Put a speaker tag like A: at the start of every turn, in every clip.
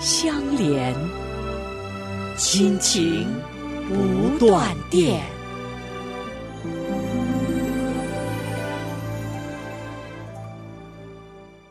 A: 相连，亲情不断电。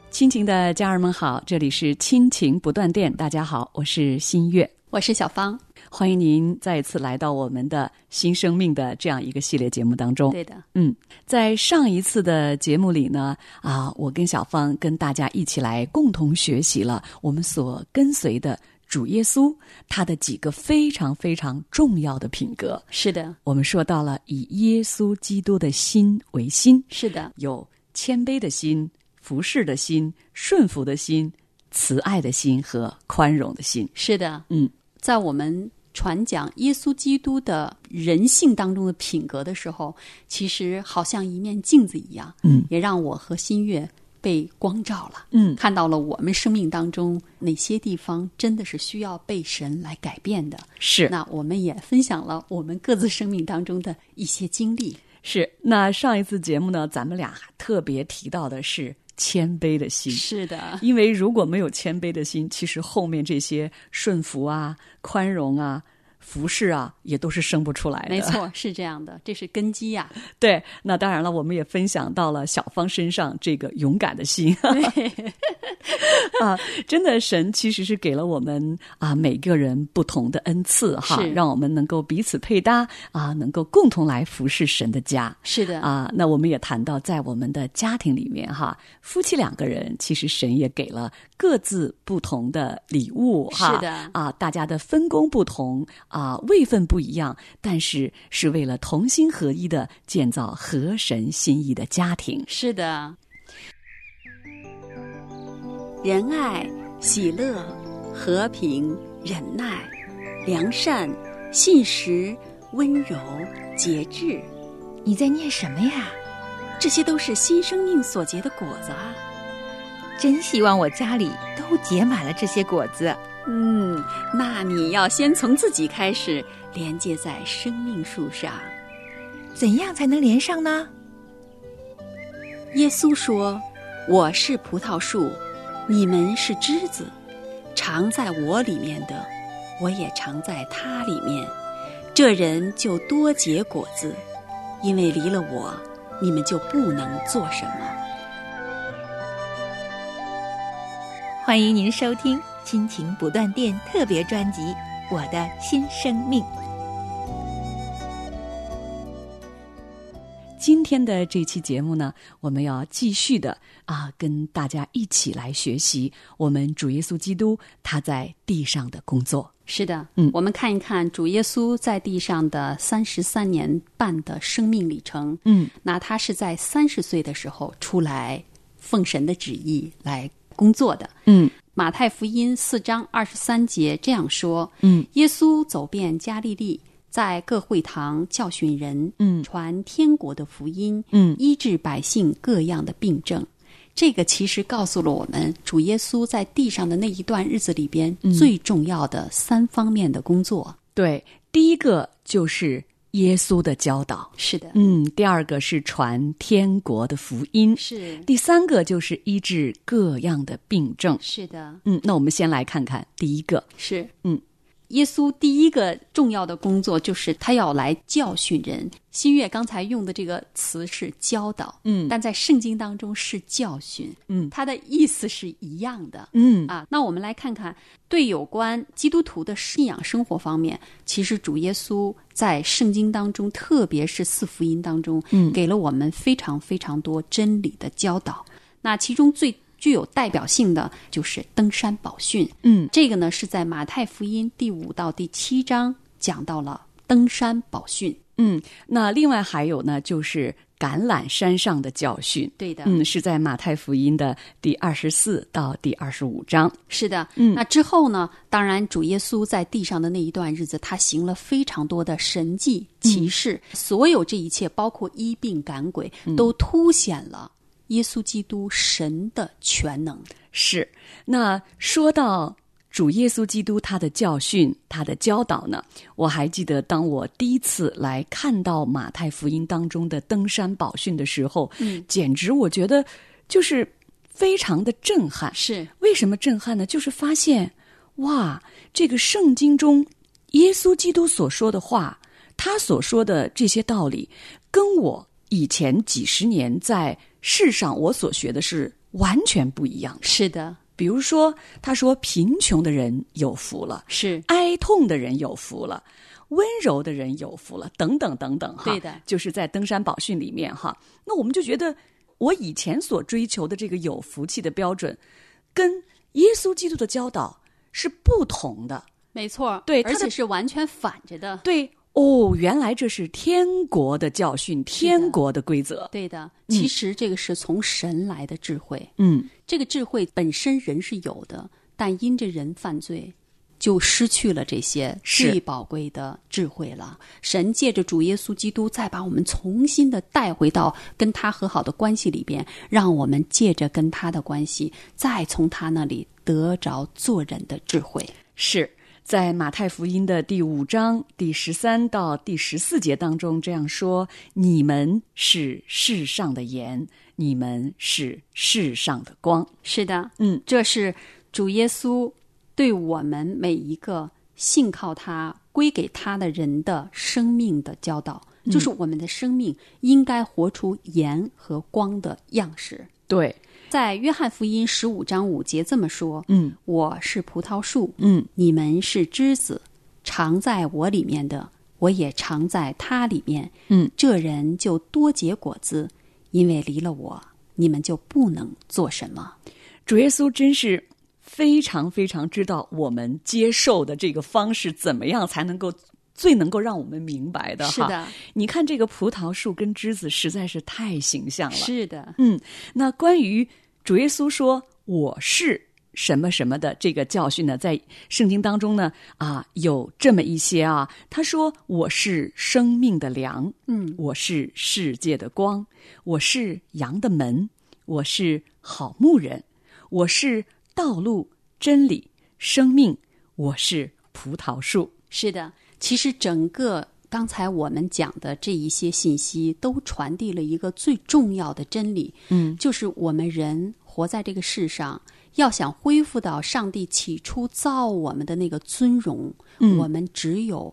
A: 亲情的家人们好，这里是亲情不断电。大家好，我是新月，
B: 我是小芳。
A: 欢迎您再一次来到我们的新生命的这样一个系列节目当中。
B: 对的，
A: 嗯，在上一次的节目里呢，啊，我跟小芳跟大家一起来共同学习了我们所跟随的主耶稣他的几个非常非常重要的品格。
B: 是的，
A: 我们说到了以耶稣基督的心为心，
B: 是的，
A: 有谦卑的心、服侍的心、顺服的心、慈爱的心和宽容的心。
B: 是的。
A: 嗯，
B: 在我们传讲耶稣基督的人性当中的品格的时候，其实好像一面镜子一样，
A: 嗯，
B: 也让我和新月被光照了，
A: 嗯
B: 看到了我们生命当中哪些地方真的是需要被神来改变的。
A: 是
B: 那我们也分享了我们各自生命当中的一些经历，
A: 是，那上一次节目呢，咱们俩特别提到的是谦卑的心，
B: 是的，
A: 因为如果没有谦卑的心，其实后面这些顺服啊、宽容啊、服侍啊，也都是生不出来的。
B: 没，错，是这样的，这是根基呀、
A: 对。那当然了，我们也分享到了小芳身上这个勇敢的心。 啊，真的，神其实是给了我们啊每个人不同的恩赐哈，
B: 是
A: 让我们能够彼此配搭啊，能够共同来服侍神的家。
B: 是的，
A: 啊，那我们也谈到，在我们的家庭里面哈，夫妻两个人其实神也给了各自不同的礼物哈，
B: 是的
A: 啊，大家的分工不同啊，位分不一样，但是是为了同心合一的建造合神心意的家庭。
B: 是的，
C: 仁爱、喜乐、和平、忍耐、良善、信实、温柔、节制，
D: 你在念什么呀？
C: 这些都是新生命所结的果子啊！
D: 真希望我家里都结满了这些果子。
C: 嗯，那你要先从自己开始，连接在生命树上。
D: 怎样才能连上呢？
C: 耶稣说：“我是葡萄树，你们是枝子，常在我里面的，我也常在他里面。这人就多结果子，因为离了我，你们就不能做什么。
D: 欢迎您收听《亲情不断电》特别专辑《我的新生命》。
A: 今天的这期节目呢，我们要继续的啊，跟大家一起来学习我们主耶稣基督他在地上的工作。
B: 是的，
A: 嗯
B: 我们看一看主耶稣在地上的三十三年半的生命里程。
A: 嗯，
B: 那他是在三十岁的时候出来奉神的旨意来工作的。
A: 嗯，
B: 马太福音四章二十三节这样说：
A: 嗯，
B: 耶稣走遍加利利，在各会堂教训人，
A: 嗯
B: 传天国的福音，
A: 嗯
B: 医治百姓各样的病症。这个其实告诉了我们，主耶稣在地上的那一段日子里边
A: 嗯
B: 最重要的三方面的工作。
A: 对，第一个就是耶稣的教导，
B: 是的，
A: 嗯，第二个是传天国的福音，
B: 是
A: 第三个就是医治各样的病症。
B: 是的，
A: 嗯，那我们先来看看第一个，
B: 是，
A: 嗯，
B: 耶稣第一个重要的工作就是他要来教训人。新月刚才用的这个词是教导，
A: 嗯
B: 但在圣经当中是教训，
A: 嗯
B: 它的意思是一样的。
A: 嗯
B: 啊，那我们来看看对有关基督徒的信仰生活方面，其实主耶稣在圣经当中，特别是四福音当中，
A: 嗯
B: 给了我们非常非常多真理的教导。那其中最具有代表性的就是登山宝训，
A: 嗯
B: 这个呢是在马太福音第五到第七章讲到了登山宝训。
A: 嗯，那另外还有呢，就是橄榄山上的教训。
B: 对的，
A: 嗯，是在马太福音的第二十四到第二十五章。
B: 是的，
A: 嗯
B: 那之后呢？当然，主耶稣在地上的那一段日子，他行了非常多的神迹奇事，
A: 嗯
B: 所有这一切，包括医病赶鬼，都凸显了耶稣基督神的全能。
A: 是，那说到主耶稣基督他的教训、他的教导呢，我还记得当我第一次来看到马太福音当中的登山宝训的时候，
B: 嗯，
A: 简直我觉得就是非常的震撼。
B: 是
A: 为什么震撼呢？就是发现，哇，这个圣经中耶稣基督所说的话，他所说的这些道理，跟我以前几十年在世上我所学的是完全不一样的。
B: 是的，
A: 比如说，他说贫穷的人有福了，
B: 是
A: 哀痛的人有福了，温柔的人有福了，等等等等哈。
B: 对的
A: 就是在登山宝训里面哈。那我们就觉得，我以前所追求的这个有福气的标准，跟耶稣基督的教导是不同的。
B: 没错，
A: 对
B: 而
A: 他的
B: 且是完全反着的。
A: 对哦，原来这是天国的教训，天国的规则。
B: 对的，其实这个是从神来的智慧，
A: 嗯，
B: 这个智慧本身人是有的，但因着人犯罪，就失去了这些
A: 是
B: 最宝贵的智慧了。神借着主耶稣基督，再把我们重新的带回到跟他和好的关系里边，让我们借着跟他的关系，再从他那里得着做人的智慧。
A: 是在马太福音的第五章第十三到第十四节当中这样说：“你们是世上的盐，你们是世上的光。
B: 是的，
A: 嗯，
B: 这是主耶稣对我们每一个信靠他、归给他的人的生命的教导，就是我们的生命应该活出盐和光的样式。”
A: 对，
B: 在约翰福音十五章五节这么说
A: 嗯：“
B: 我是葡萄树，
A: 嗯，
B: 你们是枝子，常在我里面的，我也常在他里面。
A: 嗯，
B: 这人就多结果子，因为离了我，你们就不能做什么。”
A: 主耶稣真是非常非常知道我们接受的这个方式怎么样才能够最能够让我们明白的哈。
B: 是，的，
A: 你看这个葡萄树跟枝子实在是太形象了。
B: 是的，
A: 嗯，那关于主耶稣说我是什么什么的这个教训呢，在圣经当中呢啊有这么一些啊，他说我是生命的粮，
B: 嗯，
A: 我是世界的光，我是羊的门，我是好牧人，我是道路、真理、生命，我是葡萄树。
B: 是的。其实整个刚才我们讲的这一些信息，都传递了一个最重要的真理，
A: 嗯，
B: 就是我们人活在这个世上，要想恢复到上帝起初造我们的那个尊荣，
A: 嗯
B: 我们只有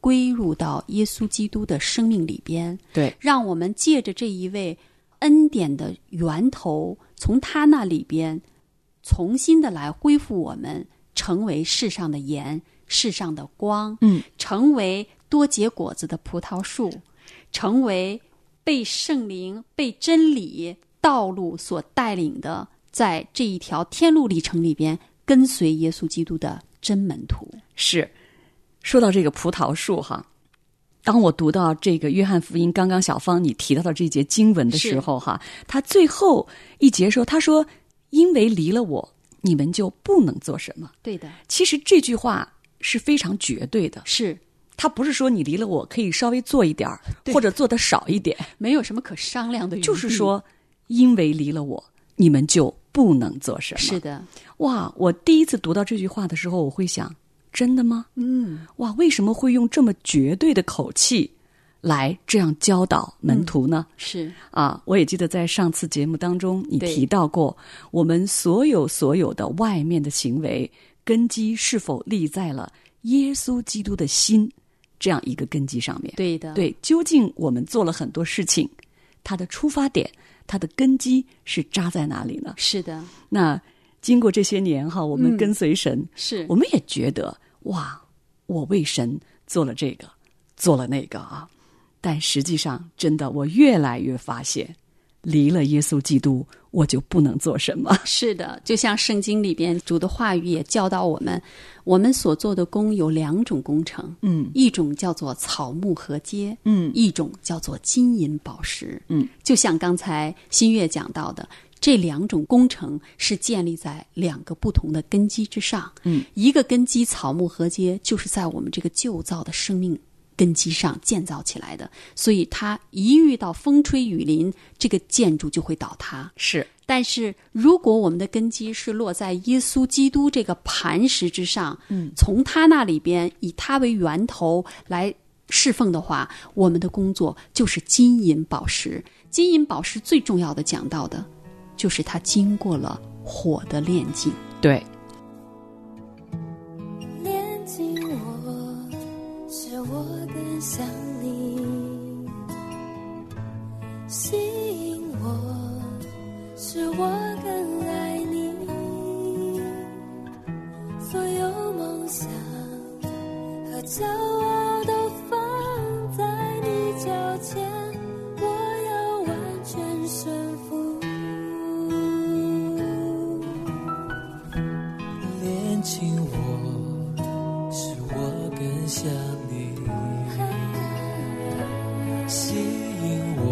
B: 归入到耶稣基督的生命里边，
A: 对，
B: 让我们借着这一位恩典的源头，从他那里边重新的来恢复我们，成为世上的盐，世上的光，
A: 嗯，
B: 成为多结果子的葡萄树，成为被圣灵、被真理道路所带领的，在这一条天路历程里边，跟随耶稣基督的真门徒。
A: 是，说到这个葡萄树哈，当我读到这个约翰福音，刚刚小芳你提到的这节经文的时候哈，他最后一节说，他说：“因为离了我，你们就不能做什么。
B: 对的，”
A: 其实这句话是非常绝对的，
B: 是
A: 他不是说你离了我可以稍微做一点儿，或者做的少一点，
B: 没有什么可商量的余地，
A: 就是说，因为离了我，你们就不能做什么。
B: 是的，
A: 哇，我第一次读到这句话的时候，我会想，真的吗？
B: 嗯。
A: 哇，为什么会用这么绝对的口气来这样教导门徒呢？
B: 是
A: 啊，我也记得在上次节目当中，你
B: 嗯对
A: 提到过，我们所有所有的外面的行为根基是否立在了耶稣基督的心这样一个根基上面？
B: 对的，
A: 对，究竟我们做了很多事情，它的出发点、它的根基是扎在哪里呢？
B: 是的，
A: 那经过这些年哈，我们
B: 嗯
A: 跟随神，
B: 是
A: 我们也觉得哇，我为神做了这个，做了那个啊。但实际上，真的，我越来越发现，离了耶稣基督，我就不能做什么。
B: 是的，就像圣经里边主的话语也教导我们，我们所做的工有两种工程，
A: 嗯
B: 一种叫做草木和秸，
A: 嗯
B: 一种叫做金银宝石。
A: 嗯，
B: 就像刚才新月讲到的，这两种工程是建立在两个不同的根基之上。
A: 嗯，
B: 一个根基草木和秸，就是在我们这个旧造的生命根基上建造起来的，所以它一遇到风吹雨淋，这个建筑就会倒塌。
A: 是
B: 但是如果我们的根基是落在耶稣基督这个磐石之上，嗯，从他那里边以他为源头来侍奉的话，我们的工作就是金银宝石。金银宝石最重要的讲到的，就是它经过了火的炼净。
A: 对，
E: 炼尽我，使我更想你；吸引我，使我更爱你。所有梦想和骄傲都放在你脚前，我要完全顺服。
F: 恋情我，使我更想你，吸引我，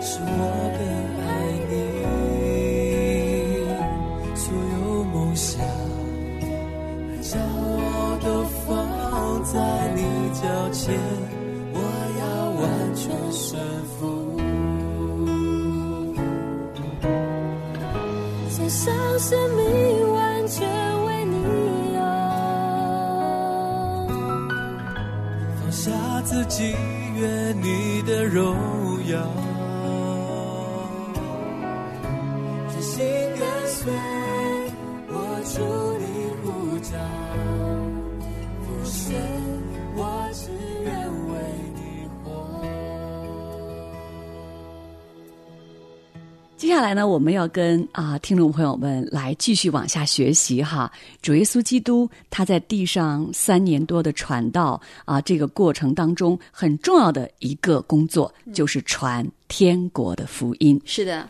F: 使我更爱你，所有梦想和骄傲都放在你脚前，我要完全顺服。
E: 献上生命，完全为你用。
F: 放下自己，愿你的荣耀，真心跟随我主你护照，不是我只愿为你活。
A: 接下来呢，我们要跟啊、听众朋友们来继续往下学习哈。主耶稣基督他在地上三年多的传道啊、这个过程当中很重要的一个工作就是传天国的福音。嗯
B: 是的，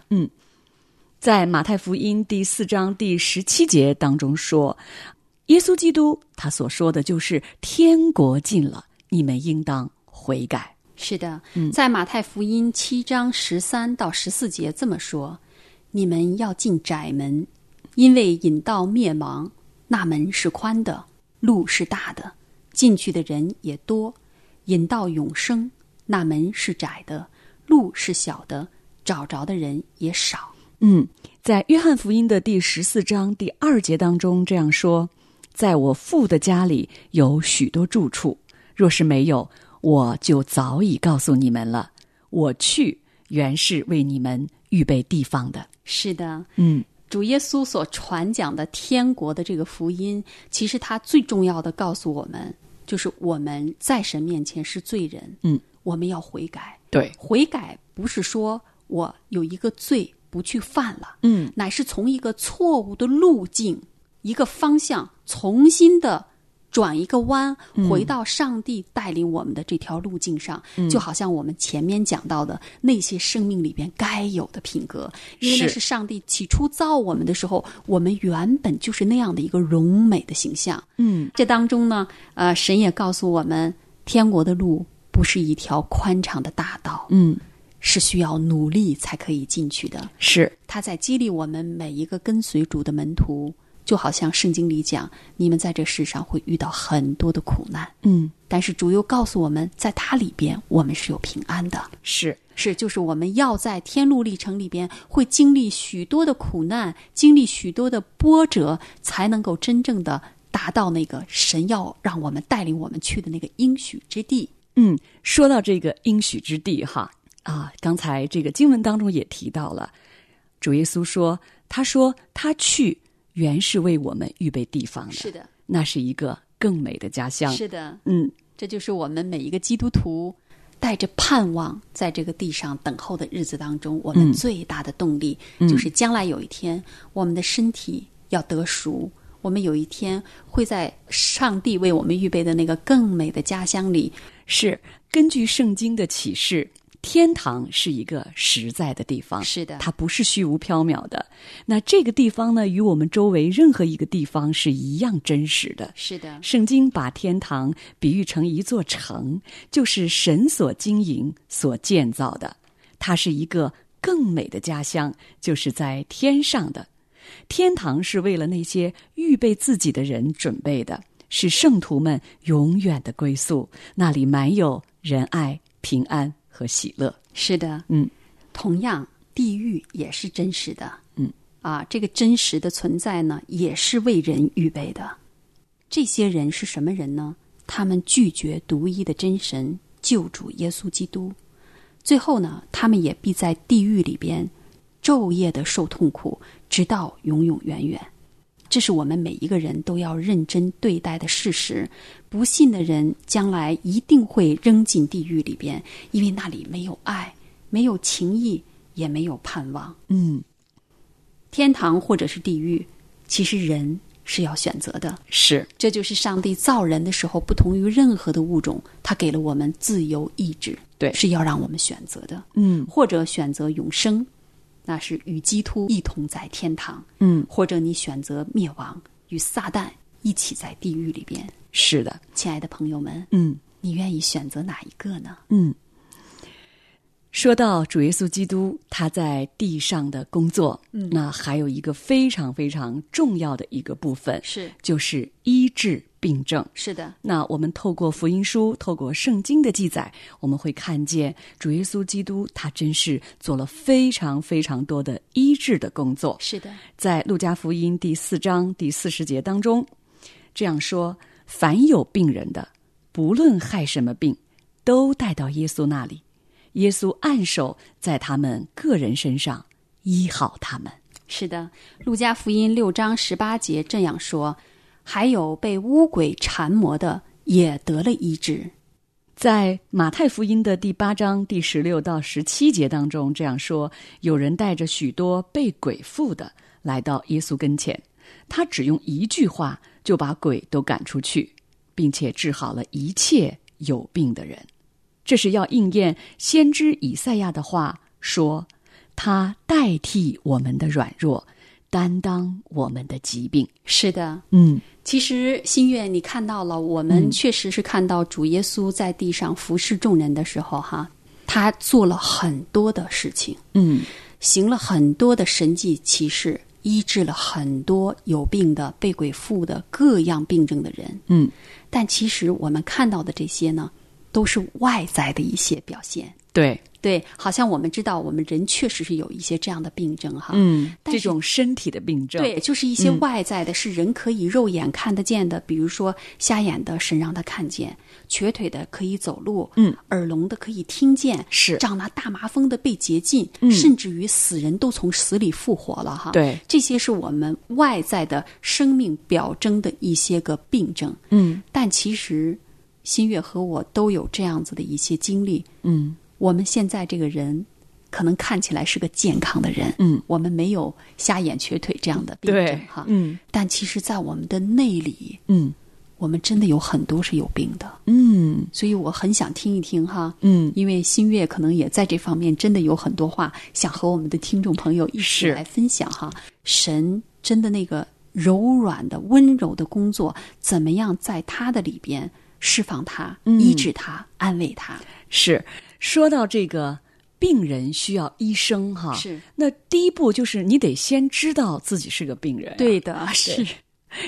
A: 在马太福音第四章第十七节当中说，耶稣基督他所说的就是天国近了，你们应当悔改。
B: 是的，在马太福音七章十三到十四节这么说：“你们要进窄门，因为引到灭亡，那门是宽的，路是大的，进去的人也多；引到永生，那门是窄的，路是小的，找着的人也少。
A: 嗯，在约翰福音的第十四章第二节当中这样说：“在我父的家里有许多住处，若是没有，我就早已告诉你们了。我去原是为你们预备地方的。””
B: 是的，
A: 嗯，
B: 主耶稣所传讲的天国的这个福音，其实它最重要的告诉我们，就是我们在神面前是罪人，
A: 嗯，
B: 我们要悔改。
A: 对，
B: 悔改不是说我有一个罪不去犯了，
A: 嗯，
B: 乃是从一个错误的路径、一个方向，重新的转一个弯，
A: 嗯
B: 回到上帝带领我们的这条路径上。就好像我们前面讲到的那些生命里边该有的品格，因为那
A: 是
B: 是上帝起初造我们的时候，我们原本就是那样的一个荣美的形象。
A: 嗯，
B: 这当中呢，呃，神也告诉我们，天国的路不是一条宽敞的大道，
A: 嗯，
B: 是需要努力才可以进去的。
A: 是，
B: 他在激励我们每一个跟随主的门徒，就好像圣经里讲，你们在这世上会遇到很多的苦难，
A: 嗯，
B: 但是主又告诉我们，在他里边我们是有平安的。
A: 是，
B: 是，就是我们要在天路历程里边会经历许多的苦难，经历许多的波折，才能够真正的达到那个神要让我们带领我们去的那个应许之地。
A: 嗯，说到这个应许之地哈啊，刚才这个经文当中也提到了，主耶稣说，他说他去原是为我们预备地方的，
B: 的，
A: 那是一个更美的家乡。
B: 是的，
A: 嗯，
B: 这就是我们每一个基督徒带着盼望，在这个地上等候的日子当中，我们最大的动力、就是将来有一天，我们的身体要得赎，我们有一天会在上帝为我们预备的那个更美的家乡里。
A: 是根据圣经的启示，天堂是一个实在的地方，
B: 是的
A: 它不是虚无缥缈的。那这个地方呢，与我们周围任何一个地方是一样真实的。
B: 是的，
A: 圣经把天堂比喻成一座城，就是神所经营、所建造的。它是一个更美的家乡，就是在天上的。天堂是为了那些预备自己的人准备的，是圣徒们永远的归宿。那里满有仁爱、平安和喜乐。
B: 是的，
A: 嗯，
B: 同样，地狱也是真实的，
A: 嗯，
B: 啊，这个真实的存在呢，也是为人预备的。这些人是什么人呢？他们拒绝独一的真神救主耶稣基督，最后呢，他们也必在地狱里边昼夜的受痛苦，直到永永远远。这是我们每一个人都要认真对待的事实。不信的人将来一定会扔进地狱里边，因为那里没有爱，没有情义，也没有盼望。
A: 嗯，
B: 天堂或者是地狱，其实人是要选择的。
A: 是
B: 这就是上帝造人的时候，不同于任何的物种，他给了我们自由意志，
A: 对
B: 是要让我们选择的，
A: 嗯
B: 或者选择永生，那是与基督一同在天堂；
A: 嗯，
B: 或者你选择灭亡，与撒旦一起在地狱里边。
A: 是的，
B: 亲爱的朋友们，
A: 嗯
B: 你愿意选择哪一个呢？
A: 嗯。说到主耶稣基督，他在地上的工作，嗯，那还有一个非常非常重要的一个部分，
B: 是
A: 就是医治病症。
B: 是的，
A: 那我们透过福音书，透过圣经的记载，我们会看见主耶稣基督，他真是做了非常非常多的医治的工作。
B: 是的，
A: 在路加福音第四章第四十节当中，这样说：凡有病人的，不论害什么病，都带到耶稣那里，耶稣按手在他们个人身上医好他们。
B: 是的，《路加福音》六章十八节这样说：“还有被污鬼缠磨的，也得了医治。
A: 在马太福音的第八章第十六到十七节当中，这样说：有人带着许多被鬼附的来到耶稣跟前，他只用一句话就把鬼都赶出去，并且治好了一切有病的人。这是要应验先知以赛亚的话，说他代替我们的软弱，担当我们的疾病。”
B: 是的，
A: 嗯，
B: 其实心愿你看到了，我们确实是看到主耶稣在地上服侍众人的时候，哈，他做了很多的事情，
A: 嗯，
B: 行了很多的神迹奇事，医治了很多有病的、被鬼附的各样病症的人。
A: 嗯，
B: 但其实我们看到的这些呢，都是外在的一些表现。
A: 对，
B: 对，好像我们知道，我们人确实是有一些这样的病症哈。
A: 嗯，
B: 但是
A: 这种身体的病症，
B: 对，就是一些外在的，是人可以肉眼看得见的，比如说瞎眼的神让他看见，瘸腿的可以走路，
A: 嗯，
B: 耳聋的可以听见，
A: 是
B: 长了大麻风的被洁净，甚至于死人都从死里复活了哈。
A: 嗯对
B: 这些是我们外在的生命表征的一些个病症，
A: 嗯
B: 但其实新月和我都有这样子的一些经历，
A: 嗯。
B: 我们现在这个人，可能看起来是个健康的人，
A: 嗯，
B: 我们没有瞎眼、瘸腿这样的病
A: 对
B: 症哈，，
A: 嗯
B: 但其实，在我们的内里，
A: 嗯
B: 我们真的有很多是有病的，
A: 嗯
B: 所以我很想听一听哈，
A: 嗯，
B: 因为新月可能也在这方面真的有很多话想和我们的听众朋友一起
A: 是
B: 来分享哈，神真的那个柔软的、温柔的工作，怎么样在他的里边释放他、医治他、安慰他，
A: 是。说到这个病人需要医生哈，
B: 是
A: 那第一步就是你得先知道自己是个病人、，
B: 的，啊是。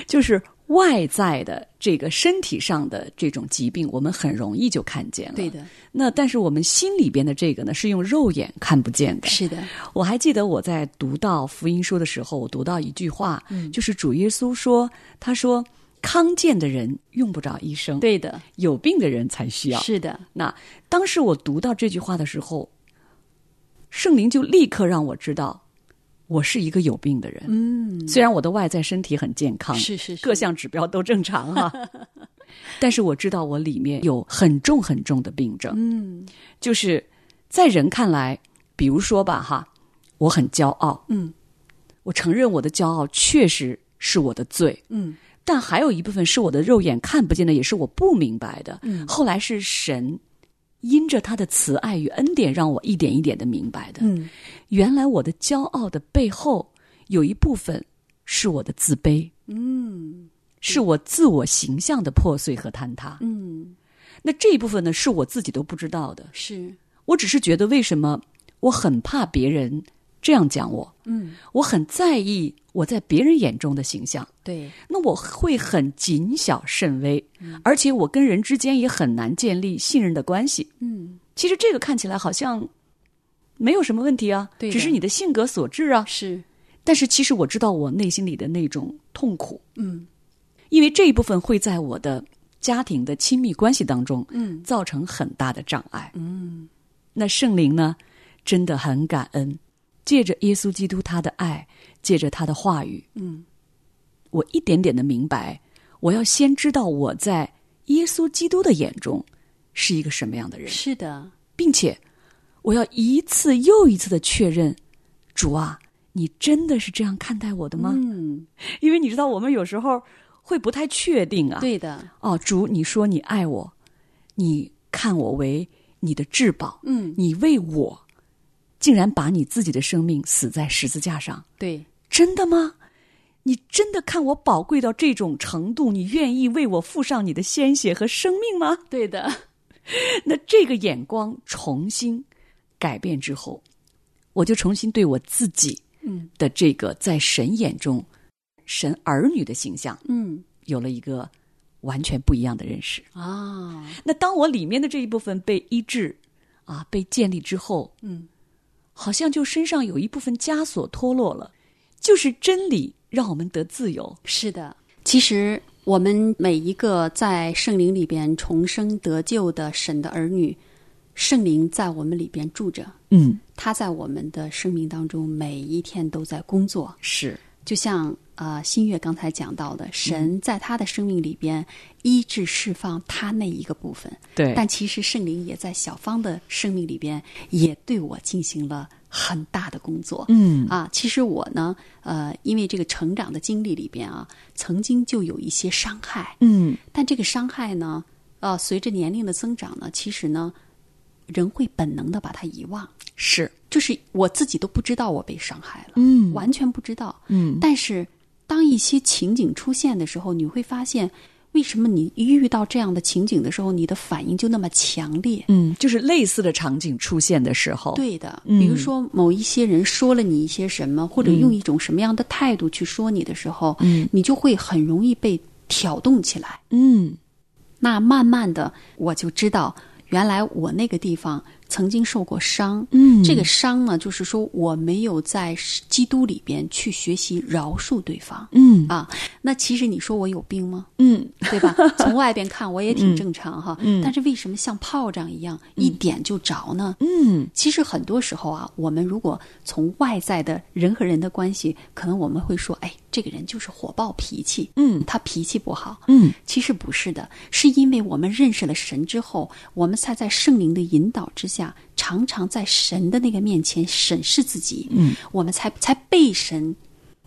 A: 就是外在的这个身体上的这种疾病，我们很容易就看见了。
B: 对。的，
A: 那但是我们心里边的这个呢，是用肉眼看不见的。
B: 是的，
A: 我还记得我在读到福音书的时候，我读到一句话，
B: 嗯
A: 就是主耶稣说，他说。康健的人用不着医生，
B: 对的，
A: 有病的人才需要。
B: 是的，
A: 那当时我读到这句话的时候，圣灵就立刻让我知道，我是一个有病的人。
B: 嗯，
A: 虽然我的外在身体很健康，
B: 是是是
A: 各项指标都正常 哈、但是我知道我里面有很重很重的病症，
B: 嗯
A: 就是在人看来，比如说吧哈，我很骄傲，
B: 嗯
A: 我承认我的骄傲确实是我的罪，
B: 嗯，
A: 但
B: 嗯
A: 还有一部分是我的肉眼看不见的，也是我不明白的。后来是神因着他的慈爱与恩典，让我一点一点的明白的。
B: 嗯，
A: 原来我的骄傲的背后，有一部分是我的自卑，
B: 嗯
A: 是我自我形象的破碎和坍塌。
B: 嗯，
A: 那这一部分呢，是我自己都不知道的。
B: 是，
A: 我只是觉得，为什么我很怕别人这样讲我？
B: 嗯，
A: 我很在意我在别人眼中的形象。
B: 对，
A: 那我会很谨小慎微，
B: 嗯
A: 而且我跟人之间也很难建立信任的关系。
B: 嗯
A: 其实这个看起来好像没有什么问题啊，
B: 对的
A: 只是你的性格所致啊。
B: 是，
A: 但是其实我知道我内心里的那种痛苦，
B: 嗯
A: 因为这一部分会在我的家庭的亲密关系当中
B: 嗯
A: 造成很大的障碍。
B: 嗯
A: 那圣灵呢，真的很感恩，借着耶稣基督他的爱，借着他的话语，
B: 嗯
A: 我一点点的明白，我要先知道我在耶稣基督的眼中是一个什么样的人，
B: 是的，
A: 并且我要一次又一次的确认，主啊，你真的是这样看待我的吗？
B: 嗯
A: 因为你知道，我们有时候会不太确定啊。，
B: 对的，
A: 哦，主，你说你爱我，你看我为你的至宝，
B: 嗯
A: 你为我竟然把你自己的生命死在十字架上，
B: 对，
A: 真的吗？你真的看我宝贵到这种程度，你愿意为我付上你的鲜血和生命吗？
B: 对的，
A: 那这个眼光重新改变之后，我就重新对我自己
B: 嗯
A: 的这个在神眼中神儿女的形象
B: 嗯
A: 有了一个完全不一样的认识。
B: 啊，
A: 那当我里面的这一部分被医治啊，被建立之后，
B: 嗯，
A: 好像就身上有一部分枷锁脱落了，就是真理让我们得自由。
B: 是的，其实我们每一个在圣灵里边重生得救的神的儿女，圣灵在我们里边住着，
A: 嗯，
B: 他在我们的生命当中每一天都在工作。
A: 是，
B: 就像呃，新月刚才讲到的，神在他的生命里边医治释放他那一个部分，
A: 对
B: 但其实圣灵也在小芳的生命里边也对我进行了很大的工作。
A: 嗯
B: 啊，其实我呢，呃，因为这个成长的经历里边啊，曾经就有一些伤害，
A: 嗯，
B: 但这个伤害呢，呃，随着年龄的增长呢，其实呢，人会本能的把它遗忘，
A: 是，
B: 就是我自己都不知道我被伤害了，
A: 嗯
B: 完全不知道。
A: 嗯，
B: 但是当一些情景出现的时候，你会发现，为什么你一遇到这样的情景的时候，你的反应就那么强烈？
A: 嗯，就是类似的场景出现的时候，，嗯
B: 对的，比如说某一些人说了你一些什么，或者用一种什么样的态度去说你的时候，
A: 嗯
B: 你就会很容易被挑动起来。
A: 嗯
B: 那慢慢的，我就知道，原来我那个地方曾经受过伤。
A: 嗯
B: 这个伤呢，就是说我没有在基督里边去学习饶恕对方。
A: 嗯
B: 啊，那其实你说我有病吗？
A: 嗯
B: 对 吧？从外边看我也挺正常哈，但是为什么像炮仗一样、一点就着呢？
A: 嗯，
B: 其实很多时候啊，我们如果从外在的人和人的关系，可能我们会说，哎，这个人就是火爆脾气，
A: 嗯
B: 他脾气不好，
A: 嗯，
B: 其实不是的，是因为我们认识了神之后，我们才在圣灵的引导之下，常常在神的那个面前审视自己，嗯，我们才才被神。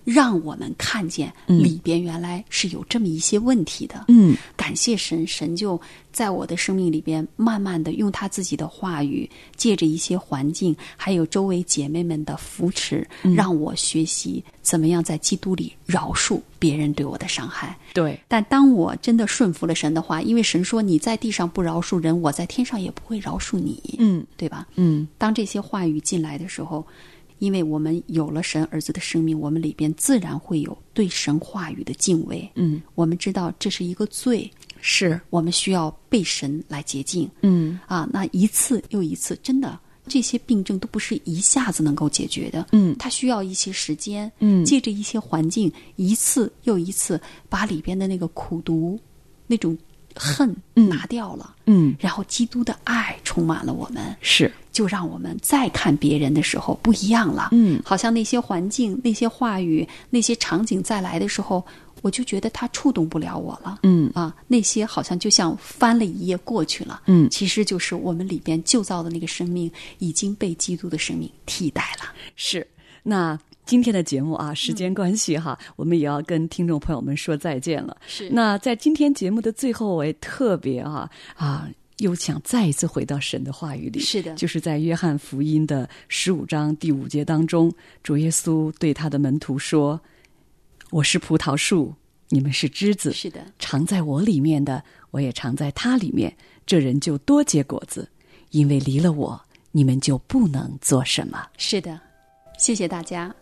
B: 让我们看见里边原来是有这么一些问题的，
A: 嗯，
B: 感谢神，神就在我的生命里边，慢慢的用他自己的话语，借着一些环境，还有周围姐妹们的扶持，
A: 嗯
B: 让我学习怎么样在基督里饶恕别人对我的伤害。
A: 对，
B: 但当我真的顺服了神的话，因为神说你在地上不饶恕人，我在天上也不会饶恕你，
A: 嗯
B: 对吧？
A: 嗯
B: 当这些话语进来的时候，因为我们有了神儿子的生命，我们里边自然会有对神话语的敬畏。
A: 嗯，
B: 我们知道这是一个罪，
A: 是，
B: 我们需要被神来洁净。
A: 嗯
B: 啊，那一次又一次，真的。这些病症都不是一下子能够解决的，
A: 嗯
B: 它需要一些时间，
A: 嗯
B: 借着一些环境，一次又一次把里边的那个苦毒、那种恨拿掉了，
A: 嗯
B: 然后基督的爱充满了我们，
A: 是，
B: 就让我们再看别人的时候不一样了。
A: 嗯
B: 好像那些环境、那些话语、那些场景再来的时候，我就觉得它触动不了我了。
A: 嗯
B: 啊，那些好像就像翻了一页过去了。
A: 嗯
B: 其实就是我们里边旧造的那个生命已经被基督的生命替代了。
A: 是。那今天的节目
B: 嗯
A: 啊，时间关系哈，我们也要跟听众朋友们说再见了。
B: 是
A: 那在今天节目的最后，我也特别啊啊。又想再一次回到神的话语里。
B: 是的
A: 就是在约翰福音的十五章第五节当中，主耶稣对他的门徒说：“我是葡萄树，你们是枝子。
B: 是的，
A: 藏在我里面的，我也藏在他里面，这人就多结果子，因为离了我，你们就不能做什么。
B: 是的，谢谢大家。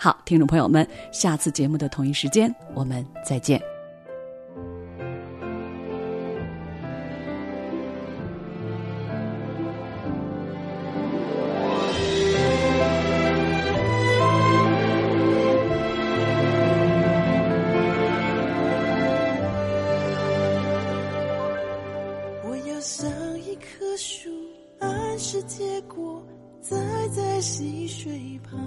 A: 好，听众朋友们，下次节目的同一时间，我们再见。
F: 我要像一棵树，按时结果，栽在溪水旁。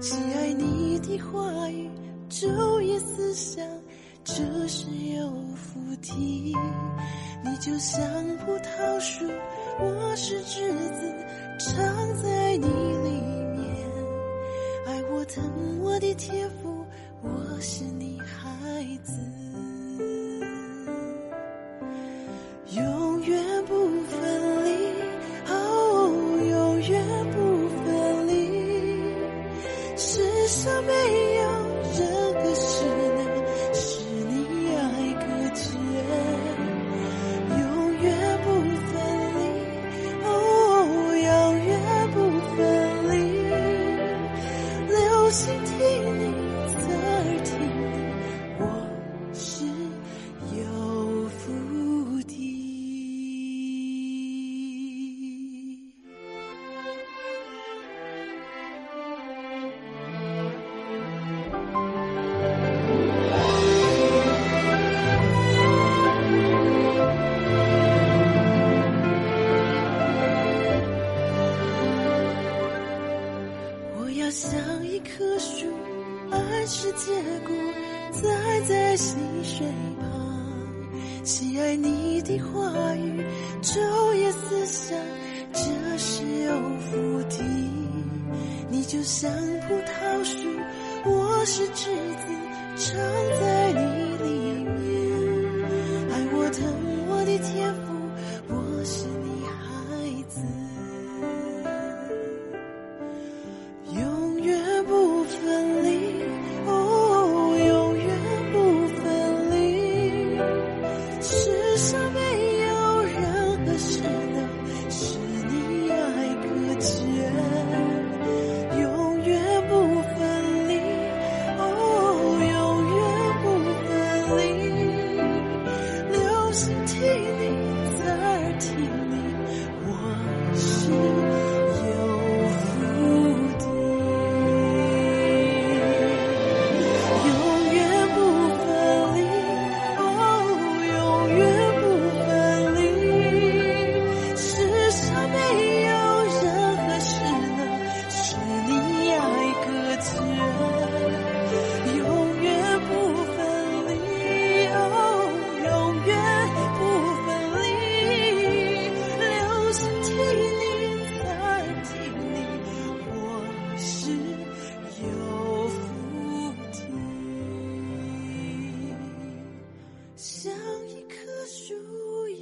F: 喜爱你的话语，昼夜思想，这是有福气。你就像葡萄树，我是栀子，长在你里面。爱我疼我的天父，我是你孩子。永远不分离，哦，永远不分离。世上没有任何事能使你爱隔绝，永远不分离，哦，永远不分离。留心听你，侧耳听你，我是有福的。我要像一棵树，按时结果，栽在溪水旁。喜爱你的话语，昼夜思想，这是有福的。你就像葡萄树，我是栀子，长在你里面。爱我疼我的天赋，我是你孩子。永远不分离，哦，永远不分哦离。世上没有任何事能使你爱隔绝，永远不分离，哦，永远不分离。留心听你，侧耳听你，我是有福的。永远不分离，哦，永远不分离。世上没有任何事能使你爱隔绝，永远不分离，哦，永远不分离。留心听你，侧耳听你，我是有福的。像一棵树，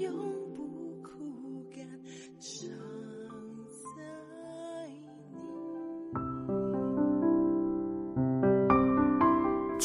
F: 永不枯干，长在你。
A: 亲